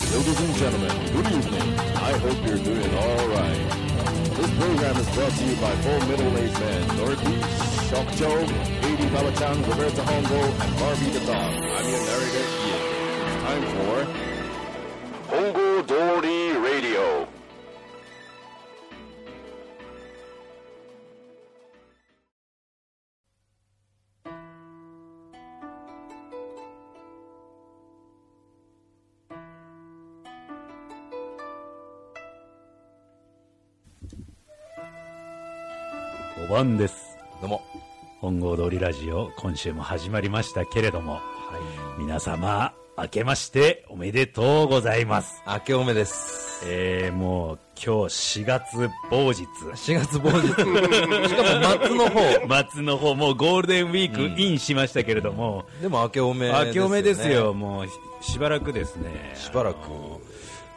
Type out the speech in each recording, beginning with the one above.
Ladies and gentlemen, good evening. I hope you're doing all right. This program is brought to you by four middle-aged men, Dorothy, Shock Joe, Adi Balachan, Roberta Hongo, and Barbie the Dog. I'm your narrator, Ian. It's time for Hongo Dory Radio. お晩です。どうも。本郷通りラジオ、今週も始まりましたけれども、皆様、明けましておめでとうございます。明けおめです。えー、もう、今日4月某日、 4月某 日。しかも松の方。末の方、もうゴールデンウィークインしましたけれども、でも明けおめ明けおめですね。よ、もうししばらくですね、しばらく。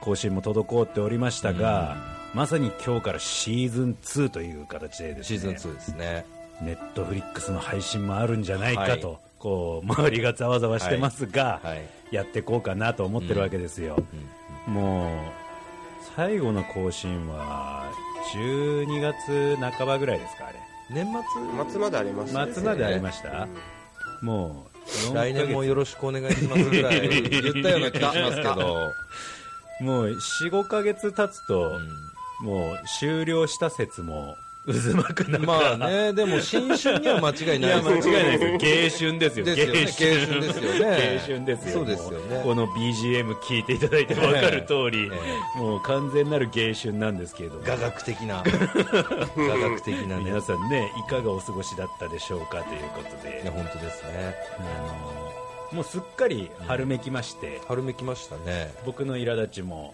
更新も滞っておりましたが、まさに今日からシーズン2という形でですシね、ーズン2ですね。ネットフリックスの配信もあるんじゃないかと、はこう周りがざわざわしてますが、はいはいやっていこうかなと思ってるわけですよ、もう最後の更新は12月半ばぐらいですかあれ年松までありますね末までありました、もう末、来年も4ヶよろしくお願いしますぐらい言ったような気がします けど。月もう45か月経つと、もう終了した説も渦巻く中まあね、でも新春には間違いいないや、間違いないでよ。す よ。芸春ですよ。ですよね芸芸春ですよね芸春ですよ。そうですよねもうこの BGM 聞いていただいて分かる通り、えもう完全なる芸春なんですけれども。雅楽的 な。雅楽的なね。皆さんね、いかがお過ごしだったでしょうかということいや、で、本当ですね。あのもうすっかり春めきまして、春めきましたね。僕の苛立ちも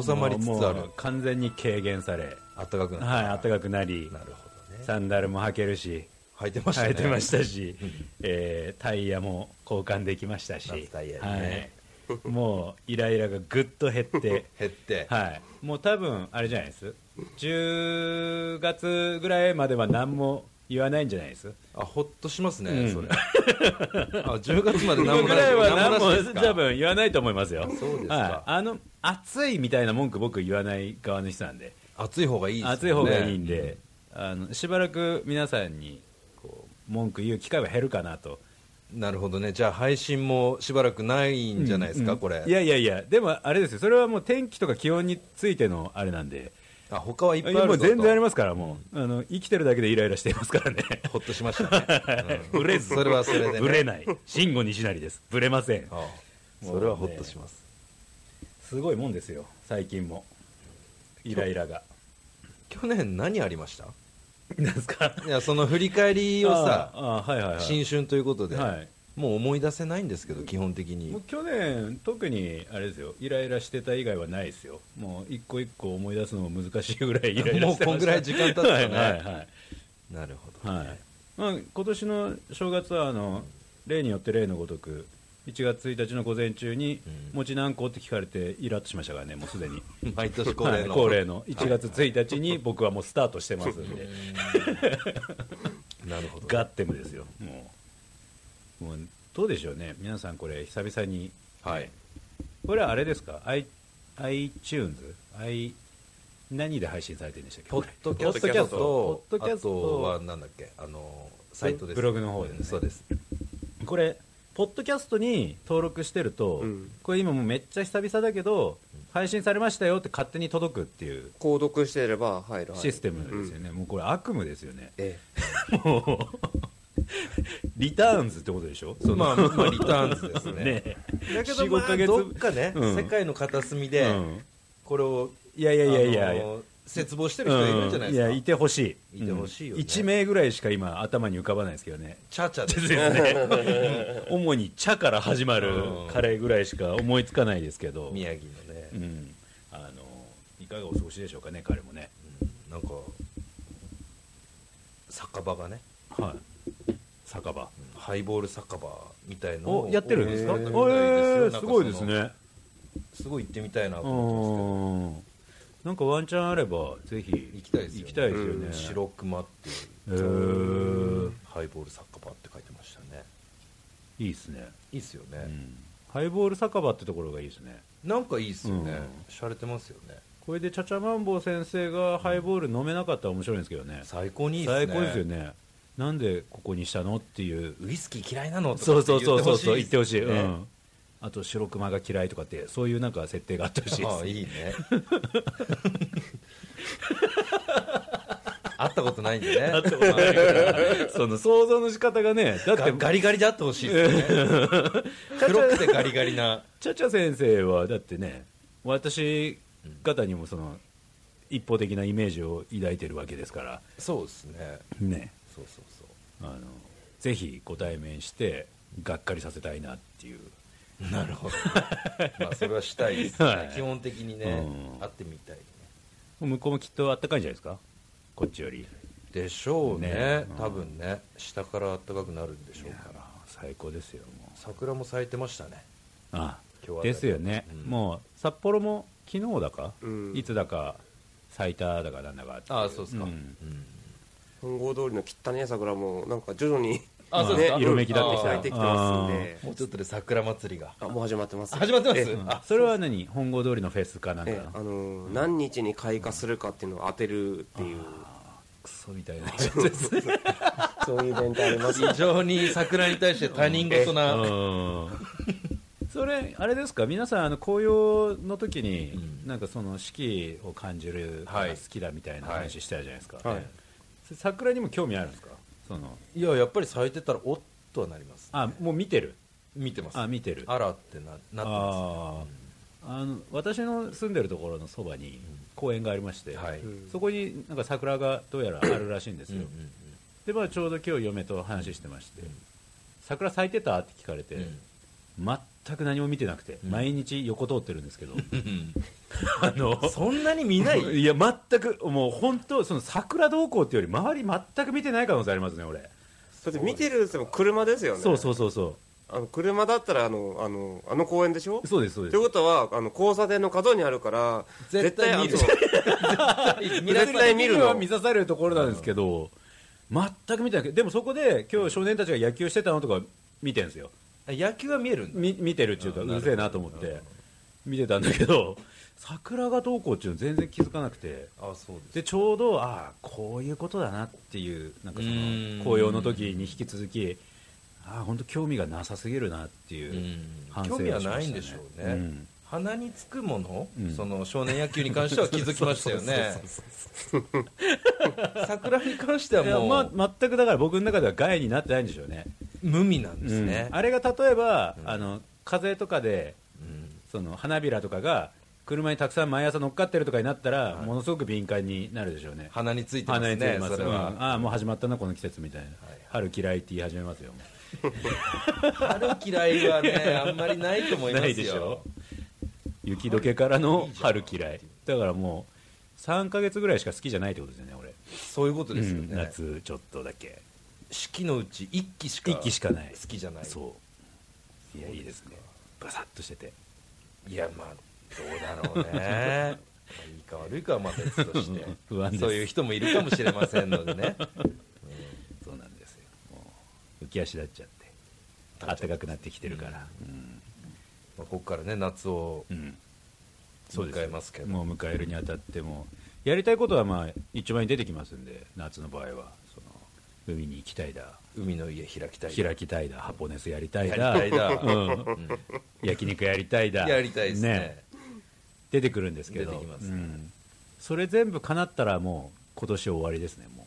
収まりつつあるもう完全に軽減され、暖かくなっはい、暖かくなりた。、なるほどね。サンダルも履けるし、履いてました生ね。えてましたし、えータイヤも交換できましたし、夏タイヤねはい、もうイライラがぐっと減 って、減って。はい、もう多分あれじゃないです、10月ぐらいまでは何も言わないんじゃないです、あ、ほっとしますね、うんそれ。あ、10月までぐ何もならいは何何もなしですもか多分言わないと思いますよ、そうですかはい、あの暑いみたいな文句、僕、言わない側の人なんで、暑い方がいいですね。暑い方がいいんで、あのしばらく皆さんにこう文句言う機会は減るかなと。なるほどね。じゃあ配信もしばらくないんじゃないですか、うんこれ。いやいやいやでもあれですよそれはもう天気とか気温についてのあれなんであ、他はいっぱいあるぞもう全然ありまますからもう、あの生きてるだけでイライラしていますからねほっとしましたね。 うんブレずそれはそれ でねブレない慎吾西成ですブレませんああもうねそれはほっとします。すごいもんですよ最近もイライラが去年何ありましたなんですかいや、その振り返りをあさ、あはいはいはい新春ということで、はいもう思い出せないんですけど、基本的もうに。去年特にあれですよイライラしてた以外はないですよもう一個一個思い出すのも難しいぐらいイライラしてましたもうこんぐらい時間経つよねはいはいはいなるほど。はいまあ、今年の正月はあの例によって例のごとく1月1日の午前中にうん餅何個って聞かれてイラッとしましたからねもうすでに 毎年恒例はいの。恒例の1月1日に僕はもうスタートしてますんでなるほど。ガッテムですよもうもうどうでしょうね皆さんこれ久々にはい。これはあれですか i- iTunes? i 何で配信されてるんでしたっけポッドキャストと、ポッドキャスあとトはなんだっけ、あの、サイトです。ブログの方ですねそうです。これポッドキャストに登録してると、うんこれ今もうめっちゃ久々だけど配信されましたよって勝手に届くっていう購読していれば入る入るシステムですよね、もうこれ悪夢ですよね えもうリターンズってことでしょそのまあ、まあ、リターンズですね。ねだけど、4-5まあ、ヶ月どっかね、うん世界の片隅うで、んこれを、いやいやいやいやあの絶望してる人いるんじゃないでうんやすいか。てほしいいてほしいよね1名ぐらいしか今頭に浮かばないですけど ね チャチャでですすね。よね主に「茶」から始まるうんカレーぐらいしか思いつかないですけど宮城のねう。ん、あのいかがお過ごしでしょうかね、彼もね。なんか、酒場がね、はい、酒場ハイボール酒場みたいのをやってるんですか、やえってるみたー、よすごいです。なんかね。そのすごい行ってみたいなとう思ってますんなんかワンチャンあれば、ぜひ行きたいですよね行きたいですよね。けど、白熊っていう。えーハイボールサッカーパーって書いてましたね。いいですね、いいっすよね。うんハイボール酒場ってところがいいですねなんかいいっすよねうん洒落てますよねこれでちゃちゃまんぼう先生がハイボール飲めなかったら面白いんですけどね最高にいいっすね最高ですよねなんでここにしたのっていうウイスキー嫌いなのとそかうっそて言うっそてほうしいそうそう言ってほしい、ですうねん、あと白熊が嫌いとかってそういうなんか設定があってほしいですああいいね 会ったことないんでねその想像の仕方がねだっがてガリガリであってほしいですね黒くてガリガリなちゃちゃ先生はだってね私方にもその一方的なイメージを抱いてるわけですからそうですねねそうそうそうあのぜひご対面してがっかりさせたいなっていうなるほ ど、まあそれはしたいですね、はい基本的にね、うん会ってみたいね向こうもきっとあったかいんじゃないですかこっちよりでしょうねねうん多分ね下から暖かくなるんでしょうから最高ですよもう桜も咲いてましたねあ今日はですよね、うんもう札幌も昨日だか、うんいつだか咲いただかなんだかっていああそうですか、んうん本郷通りの汚い桜もなんか徐々にあそうですかね色めきだってきた咲いてきてますんでもうちょっとで桜祭りがあもう始まってま す始まってますええうんあそれは何本郷通りのフェスかなんかええあのー何日に開花するかっていうのを当てるっていうクソみたいなやつですねそういうイベントあります非常に桜に対して他人事 うな、んそれあれですか皆さんあの紅葉の時に、うんなんかその四季を感じるのが好きだみたいなはい話したじゃないですか、はいそれ桜にも興味あるんですかそのいややっぱり咲いてたらおっとはなりますあもう見てる見てますあ見てるあらってななってあまーあの私の住んでるところのそばに公園がありまして、はいそこになんか桜がどうやらあるらしいんですす、うんよ、うんうんでまあ、ちょうど今日嫁と話してまして、桜咲いてたって聞かれて、全く何も見てなくて、うん毎日横通ってるんですけど、うん あのそんなに見 ない いや全くもう本当その桜同行っていうより周り全く見てない可能性ありますね俺それで見てるっても車ですよねそうそうそうそあの車だったらあのあのあの公園でしょうそうですそうでとすいうことはあの交差点の角にあるから絶対見る絶対見られ絶対見るのは見さされるところなんですけど、全く見てなくてでもそこで今日少年たちが野球してたのとか見てるんですよ野球は見えるんだみ見てるっていうかううんなるほどるせえなと思って見てたんだけど桜がどうこうっていうの全然気づかなくてあそうですでちょうどああこういうことだなっていうなんかそうのーん紅葉の時に引き続きああ本当興味がなさすぎるなっていう反省を興しました、ね、味はないんでしょうね、ん鼻につくもの、うんその少年野球に関しては気づきましたよね桜に関してはいやもう、ま全くだから僕の中では害になってないんでしょうね無味なんですね、うんあれが例えば、あの風とかでうんその花びらとかが車にたくさん毎朝乗っかってるとかになったら、ものすごく敏感になるでしょうね鼻についてます花ねについてますそれは、うんああもう始まったなこの季節みたいな、春嫌いって言い始めますよも春嫌いはねあんまりないと思ういますよないでしょ雪解けからの春嫌いだからもう3ヶ月ぐらいしか好きじゃないってことですよね俺そういうことですよね、うん夏ちょっとだけ四季のうち一季しか一気しかない好きじゃないそういやいいですねバサッとしてていやまあ どうだろうねまあいいか悪いかはまあ別として不安ですそういう人もいるかもしれませんのでね、そうなんですよもう浮き足立っちゃって暖かくなってきてるから、まあ、ここからね夏をうんうんそうです迎えますけどもう迎えるにあたってもやりたいことはまあ一番に出てきますんで夏の場合はその海に行きたいだ海の家開きたい開きたいだハポネスやりたいだやりたいだうん焼肉やりたいだやりたいですね出てくるんですけど出てきますねうんそれ全部叶ったらもう今年終わりですねも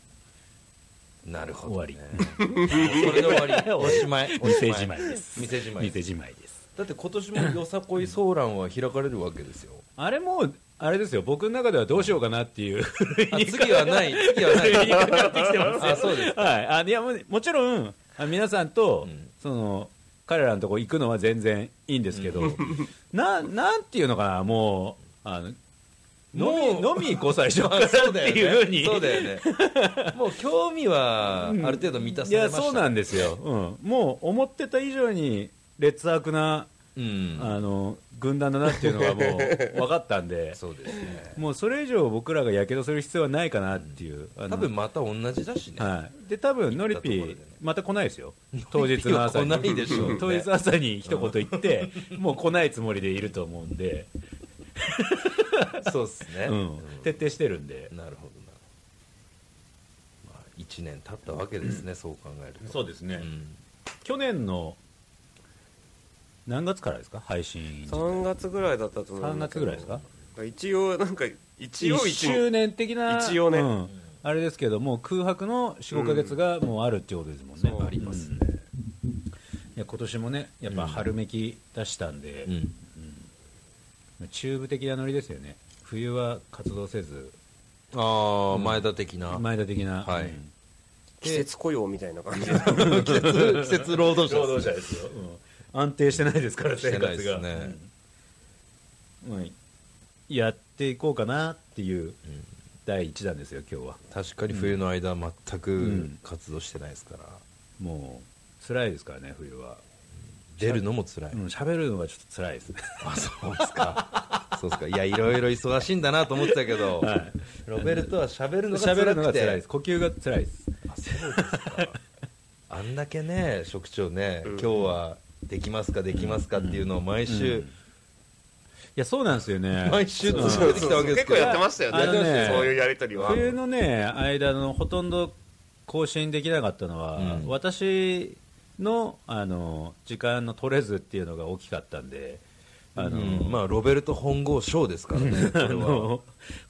なるほど、ね、終わりそれで 終わりおしまいうおし店まいじまいです店じまい店ですじまいですだって今年もよさこいソーランは開かれるわけですよあれもうあれですよ僕の中ではどうしようかなって いうあ次はない次はない 言い方になってきてますよあそうですはい、あいやもうもちろんあ皆さんと、うんその彼らのとこ行くのは全然いいんですけど、ななんていうのかなもうあの飲みも飲み行こう最初かあらっそうてだよねいうふうにそうだよねもう興味はある程度満たされました、いやそうなんですよ、うん、もう思ってた以上に劣悪なうんあの軍団だなっていうのがもう 分かったんでそうですねもうそれ以上僕らがやけどする必要はないかなっていう、あの多分また同じだしね、はい、で多分ノリピ言ったところーでねまた来ないですよ当日の朝に来ないでしょうね当日朝に一言言って、もう来ないつもりでいると思うんで、そうっすね、うん、徹底してるんで、なるほどな、まあ、1年経ったわけですね、そう考えるとそうですね去年の何月からですか配信3月ぐらいだったと思う3んだ月けぐどらいですか一応なんか一応1一周年的な一応ねうんあれですけどもう空白の45か月がもうあるってことですもんね、うんそうありますね、いや今年もねやっぱ春めき出したんで、うん、うんチューブ的なノリですよね冬は活動せずああ前田的な、前田的な、はいうん季節雇用みたいな感 じ 季節季節労働者労働者ですよ、うん安定してないですからして生ない活ですが、ねうんうんやっていこうかなっていううん第1弾ですよ今日は確かに冬の間全くん活動してないですから、もう辛いですからね冬は出るのも辛い、うん喋るのがちょっと辛いですねあそうですかそうですかいやいろいろ忙しいんだなと思ってたけど、 はいロベルトは喋るのが辛く 喋てるのが辛いです呼吸が辛い ですあそうですかあんだけね職長ね、今日はできますかできますかっていうのを毎週、いやそうなんですよね毎週うん続けてきたわけですけ結構どやってましたよあのねねそういうやりとりは冬のね間のほとんど更新できなかったのは、うん私のあの時間の取れずっていうのが大きかったんであの、うんまあロベルト本郷賞です からねこあれはの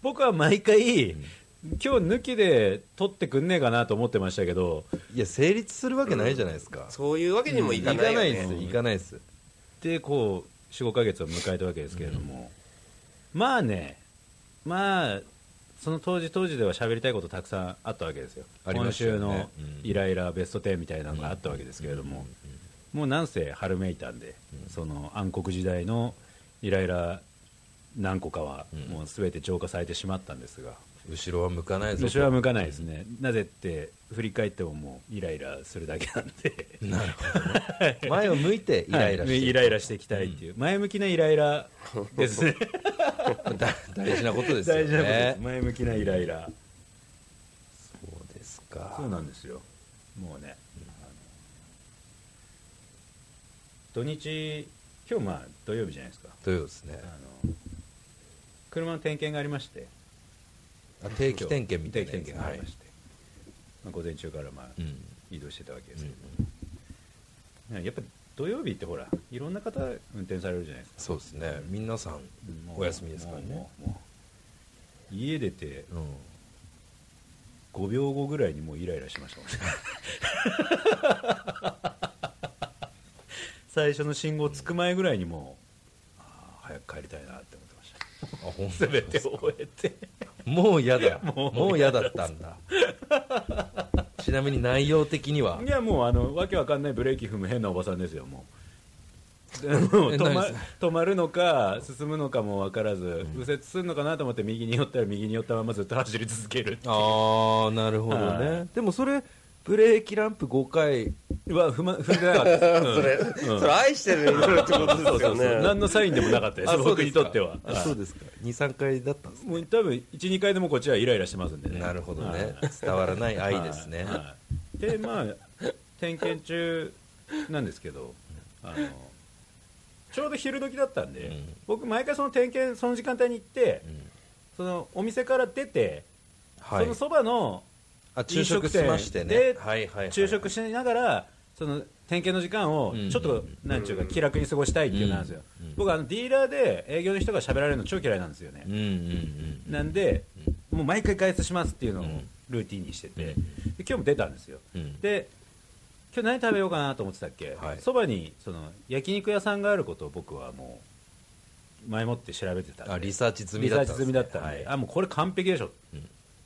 僕は毎回、今日抜きで取ってくんねえかなと思ってましたけどいや成立するわけないじゃないですか、そういうわけにもい行かかなないいよねです行かないですでこう45ヶ月を迎えたわけですけれども、まあねまあその当時当時では喋りたいことたくさんあったわけですよありま今したよ週ねのうんイライラベスト10みたいなのがあったわけですけれども、もうなんせ春めいたんで、その暗黒時代のイライラ何個かはんもう全て浄化されてしまったんですが、後ろは向かないぞ私は向かないですね、なぜって振り返ってももうイライラするだけなんでなるほどね、前を向いてイライラしてはいるイライラしていきたいっていう、前向きなイライラですねだ大事なことですよね大事なことです前向きなイライラそうですかそうなんですよもうね土日今日まあ土曜日じゃないですかということですねあの車の点検がありましてあ定期点検みた定い期点検なやつがありはまいして、まあ、午前中からまあうん移動してたわけですけど、やっぱ土曜日ってほらいろんな方運転されるじゃないですかそうですね皆さんもうお休みですからねもうもうもう家出てうん5秒後ぐらいにもうイライラしましたもんね 最初の信号つく前ぐらいにもうあー早く帰りたいなって思ってましたあ本当 全て終えてもう嫌だ もうもう嫌だった んだちなみに内容的にはいやもうあのわけわかんないブレーキ踏む変なおばさんですよもうでもう え止ま何です止まるのか進むのかも分からず、右折するのかなと思って右に寄ったら右に寄ったままずっと走り続ける ああなるほどね、はでもそれブレーキランプ5回うわ踏,、ま、踏んでなかったです それそれ愛してるってことですようんね何のサインでもなかった です僕にとってはあそうですか23回だったんですねもう多分12回でもこっちはイライラしてますんでねなるほどね伝わらない愛ですねはいでまあ点検中なんですけどあのちょうど昼時だったんで、うん僕毎回その点検その時間帯に行って、んそのお店から出て、はいそのそばのあ昼食しまして飲食ね店ではいはいはい昼食しながらその点検の時間をうんちょっと、なんちゅうか気楽に過ごしたいっていうのなんですよ、うんうん僕あのディーラーで営業の人が喋られるの超嫌いなんですよね、うんうんうんなんで、もう毎回外出しますっていうのをうんルーティンにしてて、うんで今日も出たんですよ、うんで今日何食べようかなと思ってたっけはいそば、にその焼肉屋さんがあることを僕はもう前もって調べてたんであリサーチ済みだったんリサでーチ済すねみだったんで、はいあもうこれ完璧でしょ、ん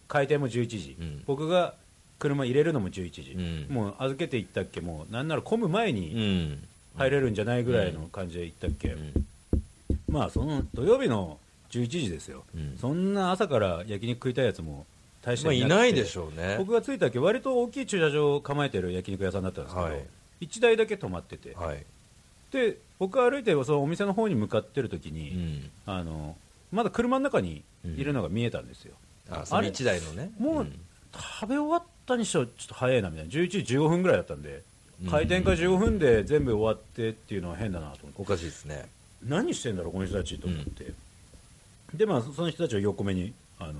開店も11時、うん僕が車入れるのも11時、うんもう預けていったっけもうなんなら混む前うにん入れるんじゃないぐらいの感じで行ったっけ、うんまあその土曜日の11時ですよ、うんそんな朝から焼肉食いたいやつも大してまあいいなくてないでしょうね僕が着いた時割と大きい駐車場を構えてる焼肉屋さんだったんですけど、はい1台だけ止まってて、はいで僕が歩いてそのお店の方に向かってる時うに、んあのまだ車の中にいるのが見えたんですよ、あその一台のねもう、ん食べ終わったにしてはちょっと早いなみたいな11時15分ぐらいだったんでうん開店から15分で全部終わってっていうのは変だなと思っておかしいですね何してんだろうこの人たちと思って、でまあその人たちを横目にあの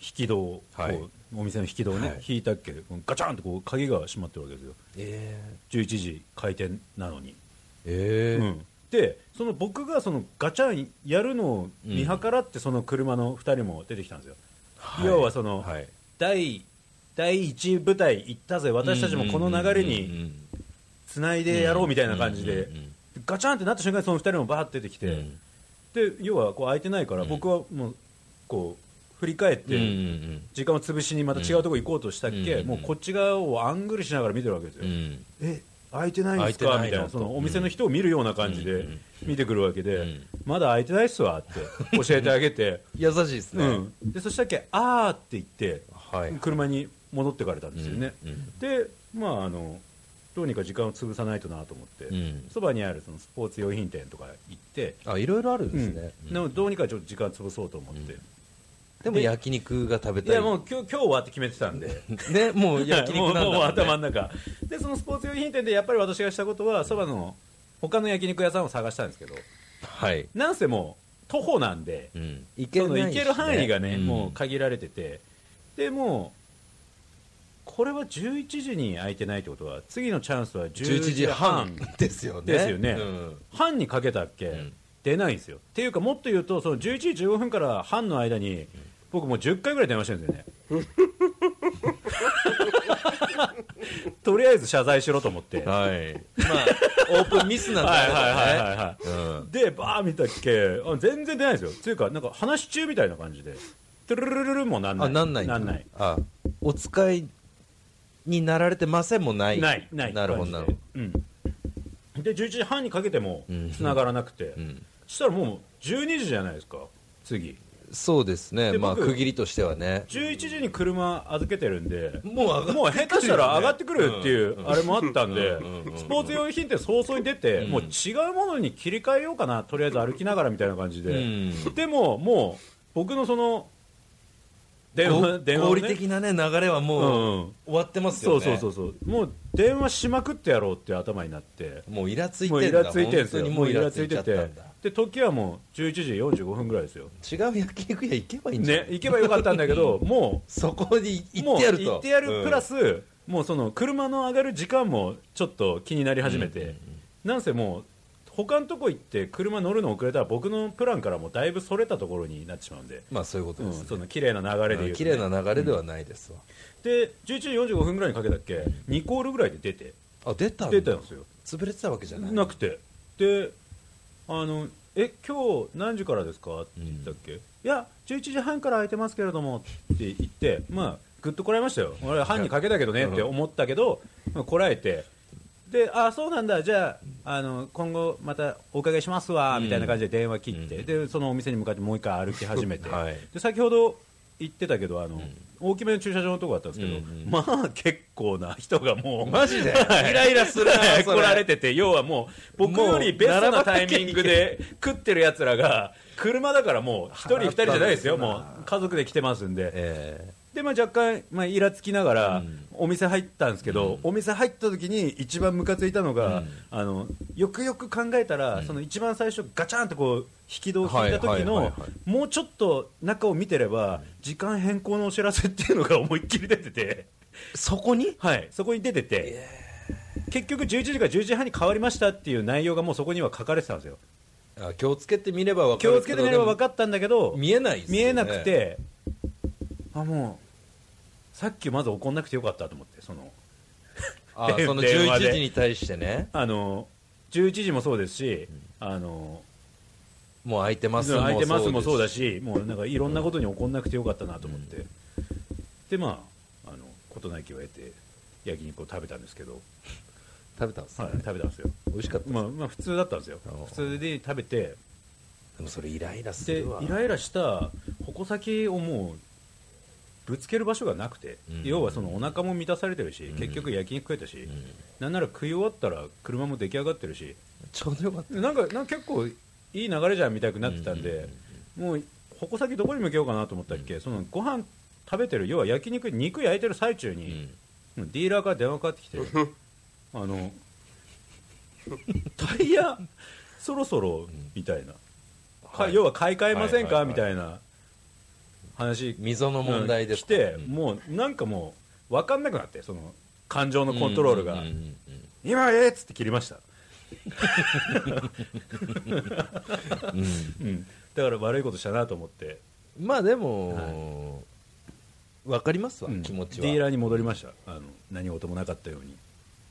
引き戸を、はいこうお店の引き戸をね、はい引いたっけガチャンとこう鍵が閉まってるわけですよえ11時開店なのに、ええうえん、でその僕がそのガチャンやるのを見計らってその車の2人も出てきたんですよ、はい要はその、はい第第1部隊行ったぜ私たちもこの流れにつないでやろうみたいな感じでうんうんうんガチャンってなった瞬間にその2人もバーって出てきて、うんうんで要はこう空いてないから、うん僕はもうこう振り返って、うんうん時間を潰しにまた違うとこ行こうとしたっけ、うんもうこっち側をアングルしながら見てるわけですよ、うんうんえ空いてないんです空かみいてないのたいなとそのお店の人を見るような感じうんでうん見てくるわけで、うんまだ空いてないっすわって教えてあげて、優しいですう ね、ん、でそしたっけあーって言ってはい車に戻ってかれたんですよね、うんうんでまああのどうにか時間を潰さないとなと思って、うんそばにあるそのスポーツ用品店とか行って、あいろいろあるんうですんね、でもどうにかちょっと時間潰そうと思って、でも焼肉が食べたいいやもう今日今日はって決めてたんでねもう焼 肉もなんうだ、ね、もう頭の中でそのスポーツ用品店でやっぱり私がしたことはそばの他の焼肉屋さんを探したんですけどはい、なんせもう徒歩なんで、うん、行その行ける範囲がね、もうか限られててでもうこれは11時に空いてないってことは次のチャンスは11 11時時半半ですよねですよねうん半にかけたっけ、ん出ないんですよっていうかもっと言うとその11時15分から半の間に僕もう10回ぐらい電話してるんですよね とりあえず謝罪しろと思ってはいまあオープンミスなんだはけいどねはいはいはいはいうんでバー見たっけあ全然出ないんですよっていうかなんか話中みたいな感じでトゥルルルルルもなんないあなんないなんないあお使いになられてませんもないないないなるほどなるほど、感じでうん、で11時半にかけてもうん繋がらなくて、うん、そしたらもう12時じゃないですか次そうですねでまあ僕区切りとしてはね11時に車預けてるんでもう上がもう下手したら上がってくるっていうあれもあったんでうんうんスポーツ用品って早々に出てもう違うものに切り替えようかなとりあえず歩きながらみたいな感じうでんでももう僕のその電話合電話を合ね理的なね流れはうんうもんう終わってますそようねそうそうそうもう電話しまくってやろうっていう頭になってもうイラついもてうんだイラついてるんです本よ当にももううイイララつついいちゃてったてんだで時はもう11時45分ぐらいですよ違う焼肉屋行けばいいんじゃなねい、行けばよかったんだけどもうそこに行ってやるともう行ってやるプラス、ス、もうその車の上がる時間もちょっと気になり始めて、なんせもう他のとこ行って車乗るの遅れたら僕のプランからもうだいぶそれたところになってしまうんで、まあそういうことうん、です、ねその綺麗な流れで言うとね、うん綺麗な流れではないですわ、で11時45分ぐらいにかけたっけ2コールぐらいで出てあ出たんだ出たんですよ潰れてたわけじゃないなくてであのえ今日何時からですかって言ったっけ、いや11時半から空いてますけれどもって言ってまあぐっとこらえましたよ俺半にかけたけどねって思ったけど、まあこらえてであそうなんだじゃああの今後またお伺いしますわ、みたいな感じで電話切って、うんでそのお店に向かってもう一回歩き始めて、はいで先ほど言ってたけどあの、大きめの駐車場のとこだったんですけど、うんうんまあ結構な人がもうマジではいイライラするなそ来れられてて要はもう僕よりベストなタイミングで食ってるやつらが車だからもう1人2人じゃないですよもう家族で来てますんで えで、まあ、若干、まあ、イラつきながらんお店入ったんですけど、お店入った時に一番ムカついたのが、うんあのよくよく考えたら、その一番最初ガチャンとこう引き戸を引いた時の、はいはいはいはもうちょっと中を見てれば時間変更のお知らせっていうのが思いっきり出てて。ーそこにはい、そこに出てて、結局11時から10時半に変わりましたっていう内容がもうそこには書かれてたんですよ、あ気をつけてみれば分か気るをつけてみれば分かかったんだけど、見えないですよね見えなくて、あもう、さっきまず怒んなくてよかったと思って、そのあその電話で11時に対してねあの11時もそうですし、あのもう空いてます空いてますもそうだしし、もうなんかいろんなことに怒んなくてよかったなと思って、で、まあ、あの事なきを得て、焼肉を食べたんですけど、食べたんですね、はい、食べたんですよ。美味しかったまあまあ、普通だったんですよあー普通で食べてでもそれイライラすでるわイライラした矛先をもうぶつける場所がなくて、うん要はそのお腹も満たされてるし、うん結局焼き肉食えたし、うんなんなら食い終わったら車も出来上がってるしちょうどよかったなんかなんか結構いい流れじゃんみたいになってたんで、もう矛先どこに向けようかなと思ったっけ、そのご飯食べてる要は焼肉肉焼いてる最中うに、んディーラーから電話かかって きてあのタイヤそろそろみたいな、かはい要は買い替えませんか、はいはいはいみたいな話溝の問題です来かて、うんもうなんかもう分かんなくなってその感情のコントロールが、うんうんうん今ええっつって切りました、うんうん うん、だから悪いことしたなと思って、まあでも、わかりますわ、うん気持ちはディーラーに戻りましたあの何事もなかったように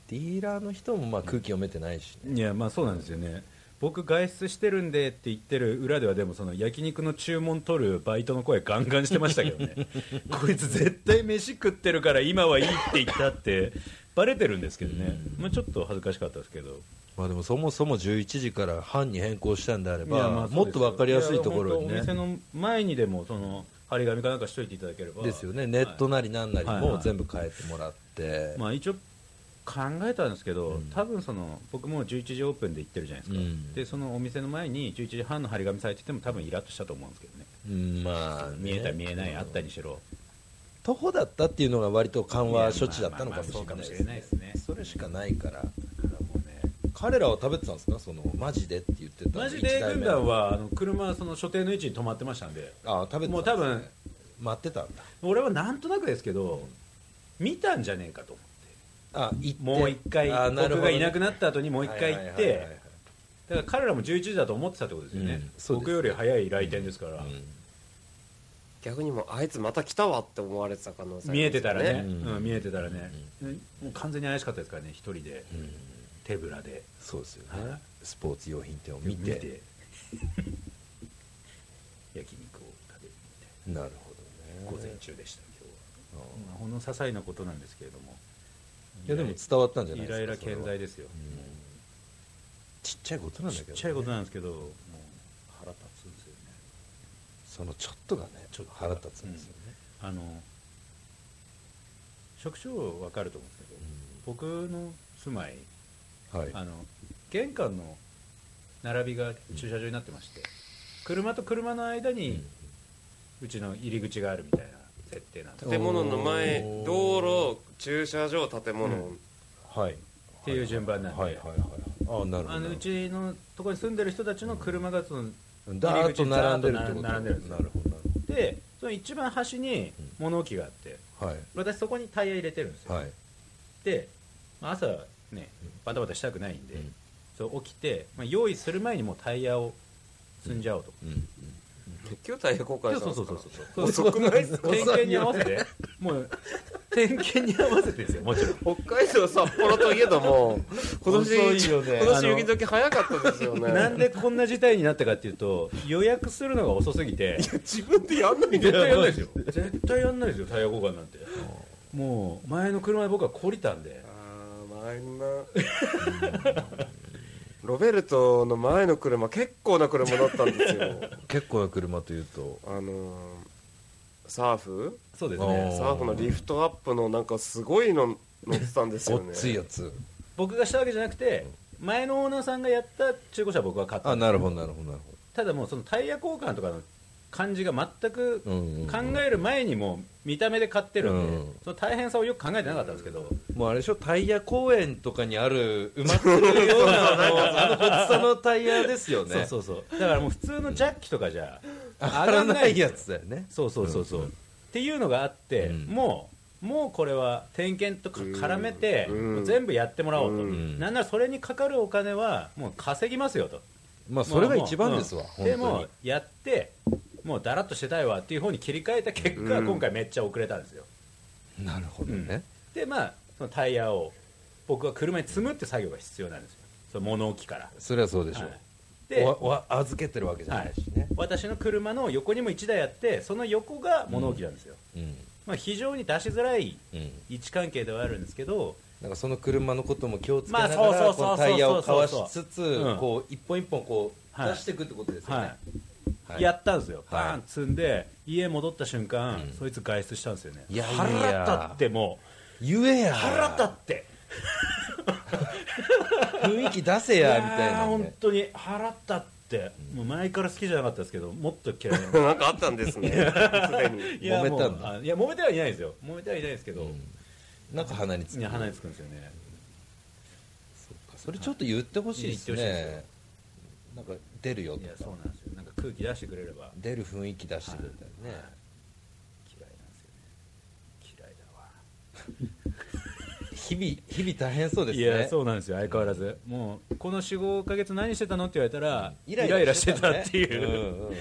ディーラーの人もまあ空気読めてないしね、いやまあそうなんですよね僕外出してるんでって言ってる裏ではでもその焼肉の注文取るバイトの声ガンガンしてましたけどね こいつ絶対飯食ってるから今はいいって言ったってバレてるんですけどね、まあ、ちょっと恥ずかしかったですけどまあでもそもそも11時から班に変更したんであれば、いやまあそうもっですとわかりやすいところにいやね本当お店の前にでもその張り紙かなんかしといていただければですよねネットなりなんなりはいも全部変えてもらって、まあ、一応考えたんですけど、うん多分その僕も11時オープンで行ってるじゃないですか、うんでそのお店の前に11時半の張り紙されてても多分イラッとしたと思うんですけどねうんまあね見えた見えないあったにしろ徒歩だったっていうのが割と緩和処置だったのかもいしやまあまあまあそうかもしれれなないでいですすねねそれしかないからだからもうね彼らは食べてたんですかそのマジでって言ってたマジで軍は団はあの車はその所定の位置に止まってましたんであ食べてたんですねもう多分待ってたんだ俺はなんとなくですけど見たんじゃねえかと思ってあ行ってもう一回あなる僕ほどがいなくなった後にもう一回行っはいはいはいはていだから彼らも11時だと思ってたってことですよね,、うんそうです僕より早い来店ですから、逆にもうあいつまた来たわって思われてた可能性ありますよ見えてたらね、ううんん見えてたらね、もう完全に怪しかったですからね一人でうんうん手ぶらでそうですよはいねスポーツ用品店を見て焼肉を食べるみなるたいなほ午どね前中でした今日あは、まあ、ほんの些細なことなんですけれどもーいやでも伝わったんじゃないイですラかイラ健それは在ですようんちっちゃいことなんだちけっどねちゃいことなんですけどもう腹立つんですよねそのちょっとがねちょっとが腹立つんですよねあの職種を分かると思うんですけど僕の住まいはいあの玄関の並びが駐車場になってまして車と車の間にうちの入り口があるみたいな設定なんです建物の前おー道路駐車場建物、うんはいっていう順番なんではいはいはいああなるほどあのうちのところに住んでる人たちの車がそのダーッと並んでるってこと並んでるんですよなるほどなるでその一番端に物置があってほどはい私そこにタイヤ入れてるんですよ、はいで、まあ、朝ねバタバタしたくないんで、うんそう起きて、まあ、用意する前にもうタイヤを積んじゃおうと、うん結局タイヤ交換したそんうですそうそうそうかう遅くないですか点検に合わせてもう点検に合わせてですよもち ろん北海道札幌といえども今年遅いよね今年雪解け早かったですよねなんでこんな事態になったかっていうと予約するのが遅すぎて自分でやんないんだ絶よ対やんないですよ絶対やんないですよタイヤ交換なんてもう前の車で僕は懲りたんであー前のなロベルトの前の車結構な車だったんですよ 結構な車というとあのーサーフそうですあねーサーフのリフトアップのなんかすごいの乗ってたんですごよっねついやつ僕がしたわけじゃなくて前のオーナーさんがやった中古車は僕は買ったあなるほどなるほどなるほただもうそのタイヤ交換とかの感じが全くうんうんうん考える前にもう見た目で買ってるんで、うんうんその大変さをよく考えてなかったんですけど、どもうあれでしょタイヤ公園とかにある埋まってるようなあの あのごっさのタイヤですよねそうそうそうだからもう普通のジャッキとかじゃ上上がらないやつだよねそうそうそうそう、っていうのがあって、うんもうもうこれは点検とか絡めて、うんもう全部やってもらおうと、んなんならそれにかかるお金はもう稼ぎますよとまあそれが一番ですわもう本うんで当もにやってもうだらっとしてたいわっていう方に切り替えた結果、うん今回めっちゃ遅れたんですよなるほどねでまあそのタイヤを僕は車に積むって作業が必要なんですよその物置からそれはそうでしょはういでおわお預けてるわけじゃないしね私の車の横にも1台あってその横が物置なんですよ、うんまあ、非常に出しづらいうん位置関係ではあるんですけど、なんかその車のことも気をつけながまあそうそうそうらそうこのタイヤをかわしつつうんこう一本一本こうはい出していくってことですよねは、はいやったんですよ、はいバーン積んで家戻った瞬間、うんそいつ外出したんですよねいやいや腹立っても言えうや腹立って雰囲気出せやみ たいやーな本ね当に払ったってもう前から好きじゃなかったですけどもっと嫌いな なんかあったんです ね。すでに。いや揉めたんだもうあいや揉めてはいないですよ揉めてはいないですけど、なんか鼻についくや鼻につくんですよねそれちょっと言ってほしいです言ってほしいでねなんか出るよいやとそうかなんですよなんか空気出してくれれば出る雰囲気出してくれたらね嫌いなんですよね嫌いだわ日々日々大変そうですいねやそうなんですよ相変わらずもうこの45か月何してたのって言われたら、イライラしてたねっていう、んうんうんうん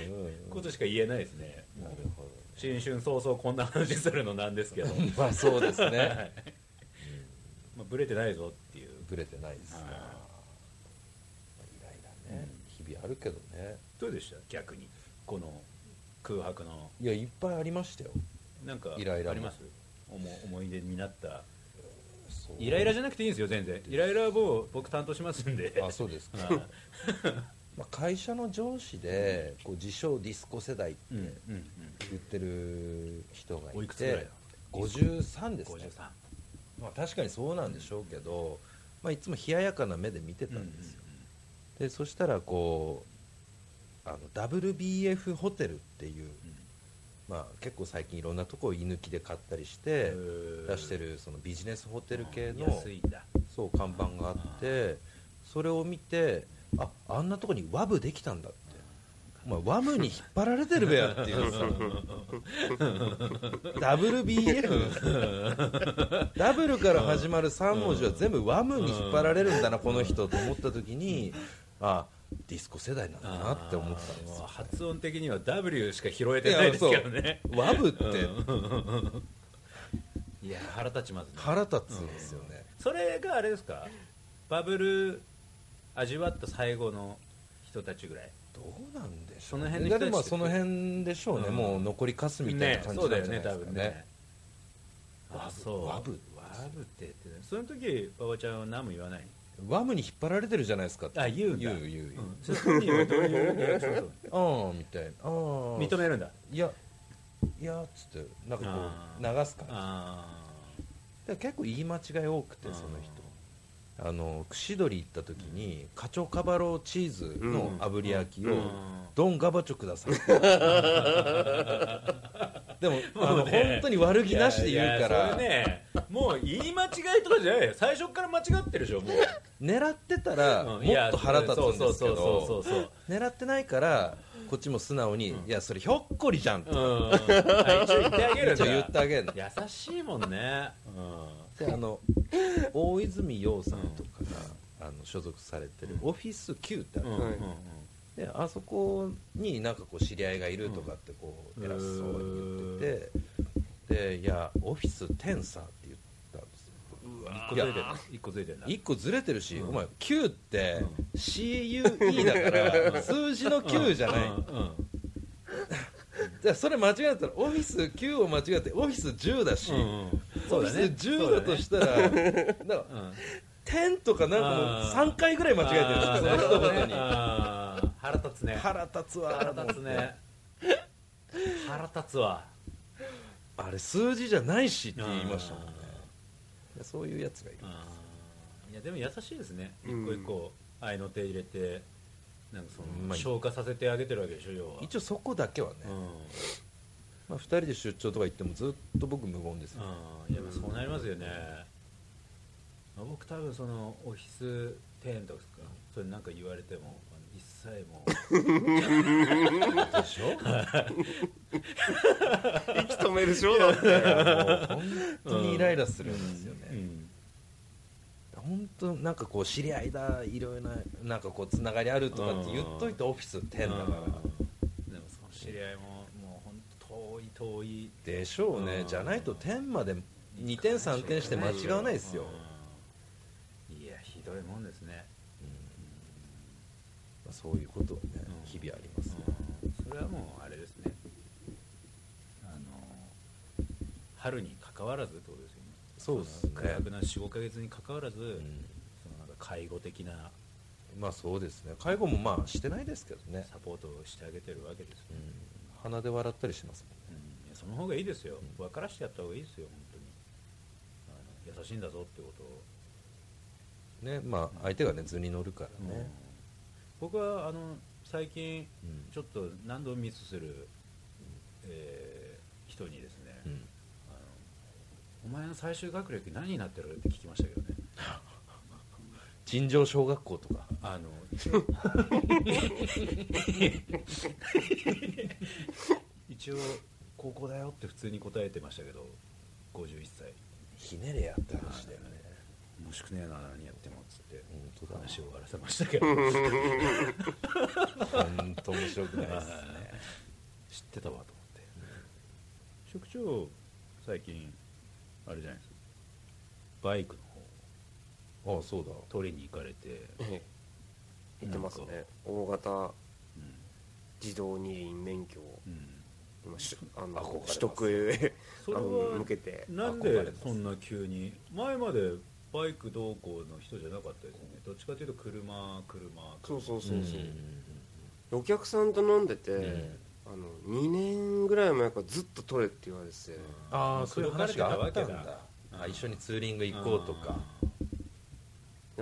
ことしか言えないですねもうなるほど新春早々こんな話するのなんです けどまあそうですねまあブレてないぞっていうぶれてないですねはいまあイライラね日々あるけどねどうでした逆にこの空白のいやいっぱいありましたよなんかイライラもあります思思い出になったそうイライラじゃなくていいんですよ全然イライラはもう僕担当しますんであそうですか、まあ、会社の上司でこう自称ディスコ世代ってうんうんうん言ってる人がおいいくつぐらいてだ53ですね、 53まあ、確かにそうなんでしょうけど、まあ、いつも冷ややかな目で見てたんですよ、でそしたらこうあの WBF ホテルっていう、まあ、結構最近いろんなとこを居抜きで買ったりして出出してるそのビジネスホテル系の安いんだそう看板があってそれを見てああんなとこにワブできたんだってお前ワムに引っ張られてるべやっていうさ WBF ダブルから始まる3文字は全部ワムに引っ張られるんだなこの人と思った時にあディスコ世代なんだなって思ったんであーすよ発音的には W しか拾えてないですけどねいやそうワブっていや腹立ちますね腹立つんですよねそれがあれですかバブル味わった最後の人たちぐらいどうなんでしそょうのね辺のい人たちやでもまあその辺でしょうねうんもう残りかすみたいな感じなんじゃないですねそうだよね多か分ねねあそうワブワブって言ってねその時馬場ちゃんは何も言わないワムに引っ張られてるじゃないですかってあ言うんだ言う言う言ううんそれ本人はどういうリアクションだったああみたいなああの認めるんだいやいやっつってなんかあこう流すからだかあら結構言い間違い多くてあーその人あの串取り行った時にカチョカバロチーズの炙り焼きあをドンガバチョくだ さいでもあのね本当に悪気なしで言うかいやらそれねもう言い間違いとかじゃないよ最初から間違ってるでしょもう 狙ってたらもうんいやっと腹立つんですけそうそうそうどそうそう狙ってないからこっちも素直に「いやそれひょっこりじゃん」ってうんあ一応言ってあげるん一だ応言ってあげるの優しいもんね、うであの大泉洋さんとかがあの所属されてるオフィス Q ってあるんうんはいであそこになんかこう知り合いがいるとかってこううん偉そうに言っててで「いやオフィス10さ」って言ったんですよ1個ずれてる1個ずれてるな1個ずれてるし、お前 Q って CUE だ から数字の Q じゃない、うんうん じゃあそれ間違えたらオフィス9を間違ってオフィス10だし、うんうんそオうだフィねス10だとしたら、なんうかん10とかなんかもう3回ぐらい間違えてるんですよあーその一言にあー腹立つね腹立つわ腹立つね腹立つわあれ数字じゃないしって言いましたもんねそういうやつがいるうんいやでも優しいですねう一ん個一個愛の手入れてなんかそまのあ消化させてあげてるわけでしょ要は一応そこだけはね、うんまあ、2人で出張とか行ってもずっと僕無言ですよ、うんいやまあそうなりますよね、まあ僕多分そのオフィス店とかそれなんか言われてもあの一切もうでしょ息止めるしょだって。もう本当にイライラするんですよね、うん本当なんかこう知り合いだいろいろななんかこうつながりあるとかって言っといてオフィス10だからうんでもその知り合いももう本当遠い遠いでしょうねうんじゃないと10まで2点3点して間違わないですよ、うんいやひどいもんですね、まあそういうことはねうん日々ありますねうんそれはもうあれですねあの春に関わらずってことですよねそうですね空白な45か月に関わらず、んそのなんか介護的なまあそうですね介護もまあしてないですけどねサポートをしてあげてるわけですよ、うん鼻で笑ったりしますうんいやその方がいいですよ、分からしてやった方がいいですよ本当にあの優しいんだぞってことをねまあ、相手が、ね、図に乗るからね、僕はあの最近うんちょっと何度もミスする、えー人にですね、うんあのお前の最終学歴何になってるって聞きましたけどね尋常小学校とかあの 一応高校だよって普通に答えてましたけど51歳ひねれやって話だよねもしくねえな何やってもっつって本当だ話を終わらせましたけど本当面白くないですね知ってたわと思って職長最近あれじゃないですかバイクの方ああそうだ取りに行かれて、ええ言ってますなんね大型うん自動二輪免許をうん、今しあ憧れのます取得へそれあのは向けてなん憧でれますそんな急に前までバイク同行の人じゃなかったですよねどっちかというと車車そうそうそうそう、んお客さんと飲んでて、うんあの2年ぐらい前からずっと取れって言われてて、ああそういう話があったん車だあ一緒にツーリングに行こうとか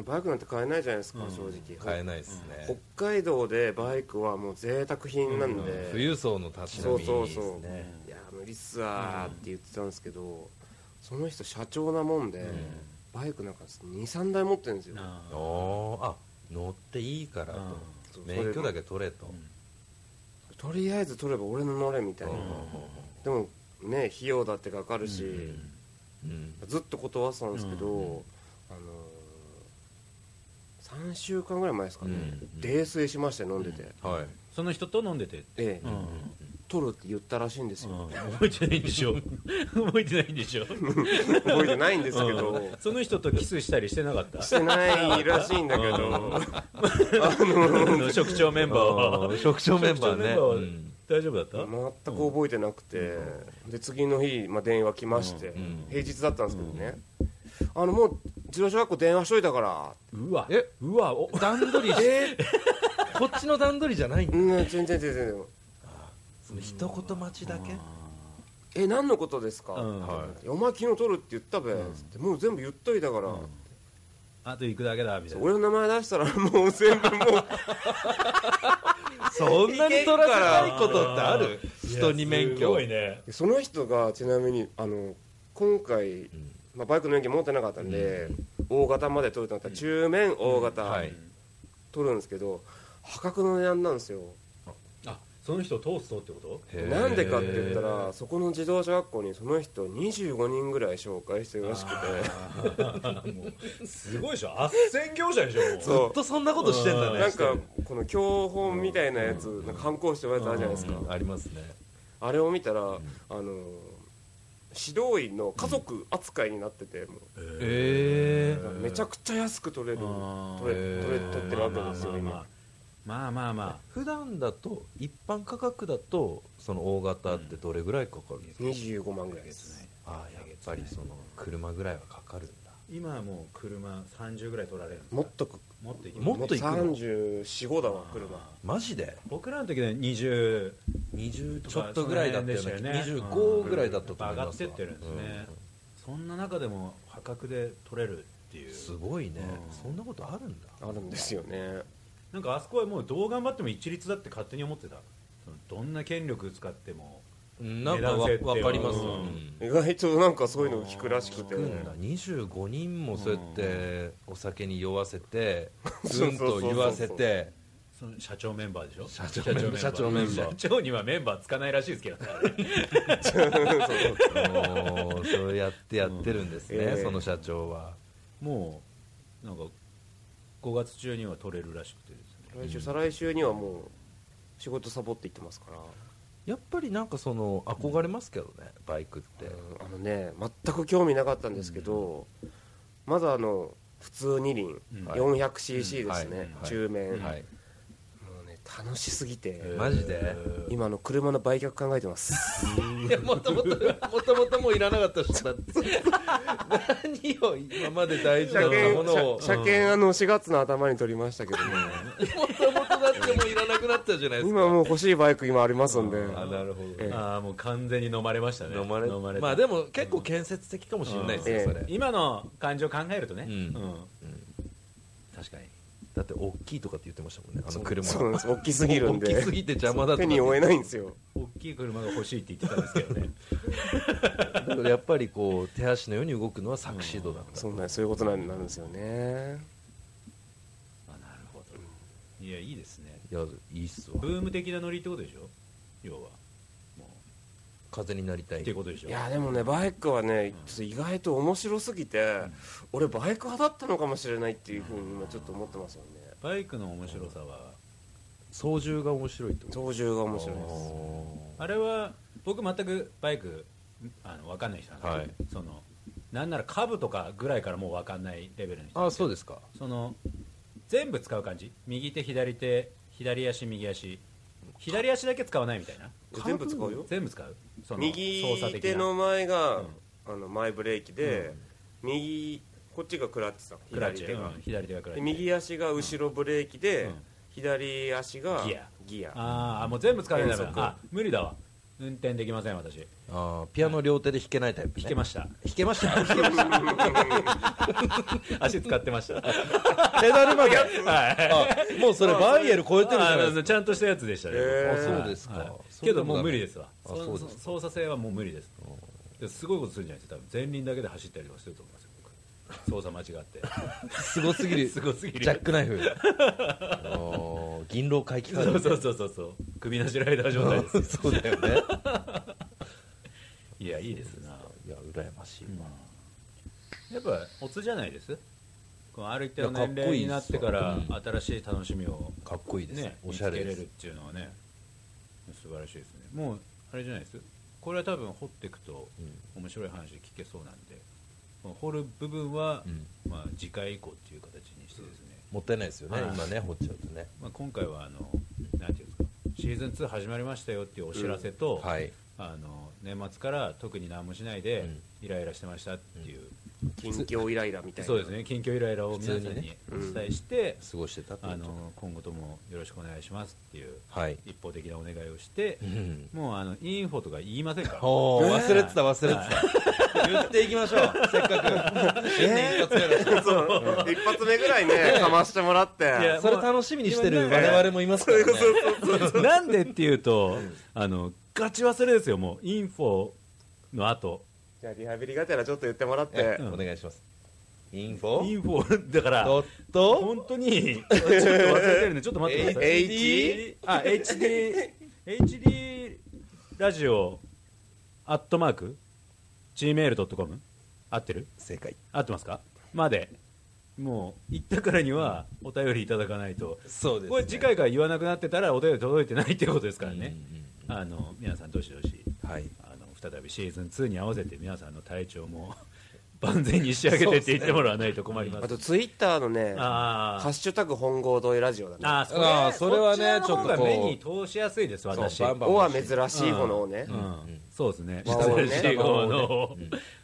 バイクなんて買えないじゃないですか、うん正直買えないですね、北海道でバイクはもう贅沢品なんで、うん富裕層のたしなみですねそうそうそういや無理っすわーって言ってたんですけど、その人社長なもんで、バイクなんか23台持ってるんですよあーおーあ乗っていいからうんとそう免許だけ取れと、とりあえず取れば俺の乗れみたいな、うんでもね費用だってかかるし、うんずっと断ってたんですけど、うあのー、3週間ぐらい前ですかね、うん泥酔しまして飲んでて、はいその人と飲んでてええうん取るって言ったらしいんですよ、覚えてないんでし ょ覚えてないんでしょ覚えてないんですけど、うんその人とキスしたりしてなかったしてないらしいんだけど、 あの職長メンバーは職長メン職長バーねうメンバーんは大丈夫だった、全く覚えてなくて、で次の日、まあ、電話来ましんて、うん平日だったんですけどね、あのもう自動小学校電話しといたから、うわえうわお段取りしこっちの段取りじゃないんだうん、全然全然全然、その一言待ちだけえ、何のことですか、うんはお前、昨日取るって言ったべ、つってもう全部言っといたから。 あと行くだけだみたいな俺の名前出したらもう全部もう そんなに取らせないことってある人に免す許ごいねその人がちなみにあの今回、まあ、バイクの免許持ってなかったんで、大型まで取るとなったら中面大型、はい取るんですけど破格の値段なんですよあその人を通すとってことへーなんでかって言ったらそこの自動車学校にその人25人ぐらい紹介してるらしくてもうすごいでしょ斡旋業者でしょもうずそっとそんなことしてんだねなんかこの教本みたいなやつ、なんか反抗してるやつあるじゃないですか、うんありますねあれを見たら、あの指導員の家族扱いになってて、もうえめちゃくちゃ安く取れるあー取れ取れ取ってるわけですよまあ今まあまあまあ普段だと一般価格だとその大型ってどれぐらいかかるんですか、 25万ぐらいですああやっぱりその車ぐらいはかかるんだ今はもう車30ぐらい取られるんですかもっとくもっといきますもっといくの345だわ車マジで僕らの時で20 20ちょっとぐらいだったよそのね辺でしたよね25ぐらいだったとやぱ思上いがまっすてっわてるんですね、そんな中でも破格で取れるっていううんすごいね、うんそんなことあるんだあるんですよねなんかあそこはもうどう頑張っても一律だって勝手に思ってたそのどんな権力使ってもうんなんかわ値段設定は分かります、うんうん意外となんかそういうのを聞くらしくて行くん だ25人もそうやってお酒に酔わせ てうんと言わせてその社長メンバーでしょ社長メンバー社長メンバー社長にはメンバーつかないらしいですけどねもうそうやってやってるんですね、うんええその社長はもうなんか5月中には取れるらしくてですね来週再来週にはもう仕事サボって行ってますからやっぱりなんかその憧れますけどねバイクって、あのね全く興味なかったんですけどまずあの普通二輪ん 400cc ですはねい中面もはい、うね楽しすぎてマジで今あの車の売却考え てますいやもともともともともういらなかった人だって何を今まで大事だ車ったものを検車車検あの4月の頭に取りましたけどねもともとだってもういらなくなったじゃないですか今もう欲しいバイク今ありますんであなるほどえああもう完全に飲まれましたね飲まれたまあでも結構建設的かもしれないですよ、うんそれ、今の感情考えるとね、うんうん確かにだって大きいとかって言ってましたもんねあの車そうなんです大きすぎるんで大きすぎて邪魔だとか手に負えないんですよ大きい車が欲しいって言ってたんですけどねだからやっぱりこう手足のように動くのは錯視度だったそんなそういうことなんなんですよね あなるほどいやいいですねいやいいっすわブーム的なノリってことでしょ要はも風になりたういっていうことでしょいやでもねバイクはねちょっと意外と面白すぎて俺バイク派だったのかもしれないっていうふうに今ちょっと思ってますよねバイクの面白さは操縦が面白いってこと操縦が面白いですああれは僕全くバイクあの分かんない人なんですよ、はいそのなんならカブとかぐらいからもう分かんないレベルの人ーあーそうですかその全部使う感じ右手左手左足右足左足だけ使わないみたいな全部使うよ全部使うその右操作的手のな前が、うんあの前ブレーキで、右こっちがクラッチさんクラッ左チ手が、うん左手がクラッでチ右足が後ろブレーキで、うん左足がギアギアああもう全部使わないとダメ変だ速あ無理だわ運転できません私あーピアノ両手で弾けないタイプね弾けました弾けました足使ってました ペダルまではいあもうそれバイエル超えてるじゃないあですのちゃんとしたやつでしたね、へー僕はあそうですかはいそけれでどももうダメ無理ですわあそそうですか操作性はもう無理ですですごいことするんじゃないですか多分前輪だけで走ったりとかすると思いますよ 僕操作間違ってかすごすぎるすごすぎるジャックナ イフおー銀狼回帰カーそドうそうそうそうそう首なしライダー状態 ですよそうだよねいやいいですないや羨ましいわやっぱおつじゃないですこのある一定のいやかっ年こ齢いいになってからですわ新しい楽しみをかっこいいですねねおしゃれ見でつけれるっすていうのはね素晴らしいですねもうあれじゃないですこれは多分掘っていくとう面白い話聞けそうなんで、この掘る部分は、うんまあ、次回以降っていう形にしてですね、もったいないですよねはい今ね掘っちゃうとねまあ、今回はあのなんていうんですかシーズン2始まりましたよっていうお知らせと、はいあの年末から特に何もしないで、うんイライラしてましたっていう、近況イライラみたいなそうですね近況イライラを皆普さ通んににねお伝えして、過ごしてたってこあとの今後ともよろしくお願いしますっていうはい一方的なお願いをしてう、んもうあのインフォとか言いませんから おー忘れてた忘れてはた言っていきましょうせっ かく新年一発目だしそう一発目ぐらいねかましてもらっていやそれ楽しみにしてる我々もいますから ねなんでっていうと、あのガチ忘れですよ、もう、インフォの後じゃあリハビリがてらちょっと言ってもらって、ええお願いしますインフイォンフォだから、ドット本当に、ちょっと忘れてるんで、ちょっと待ってください。 H あ、HD、HD ラジオ、アットマーク、gmail.com、合ってる正解合ってますかまで、もう、言ったからには、お便りいただかないと、そうですこれ、次回から言わなくなってたら、お便り届いてないってことですからね、うんあの皆さん、どしどし。はいあの再びシーズン2に合わせて皆さんの体調も 万全に仕上げてって言ってもらわないと困りまあす。とツイッターのね「ハあッーシュタグ本郷通りラジオ」だねあーそれあーそれそはねちらの方がちょっとこう目に通しやすいです私。そうバン「バンお」は珍しいものをね、うんうんそうですね。和をね珍しいものを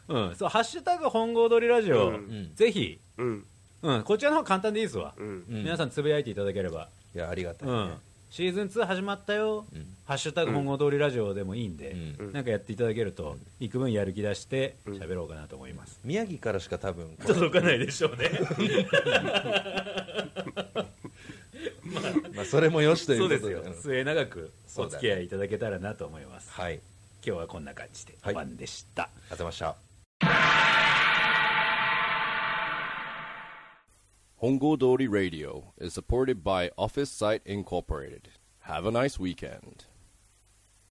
うん、そうハッシュタグ本郷通りラジオ、うんぜひ、うんうん、こちらの方が簡単でいいですわ、うんうん皆さんつぶやいていただければ、いやありがたういんねシーズン2始まったよ、うんハッシュタグ本郷通りラジオでもいいんうで、んうんなんかやっていただけると、幾分やる気出して喋ろうかなと思い ます。宮城からしか多分届かないでしょうね。まあそれもよしと いそううですことでようん。末永くそおうだ付ねき合いいただけたらなと思います。はいありが今日はこんな感じで、はいお晩でした。とうございました Hongo Dori Radio is supported by Office Site Incorporated. Have a nice weekend.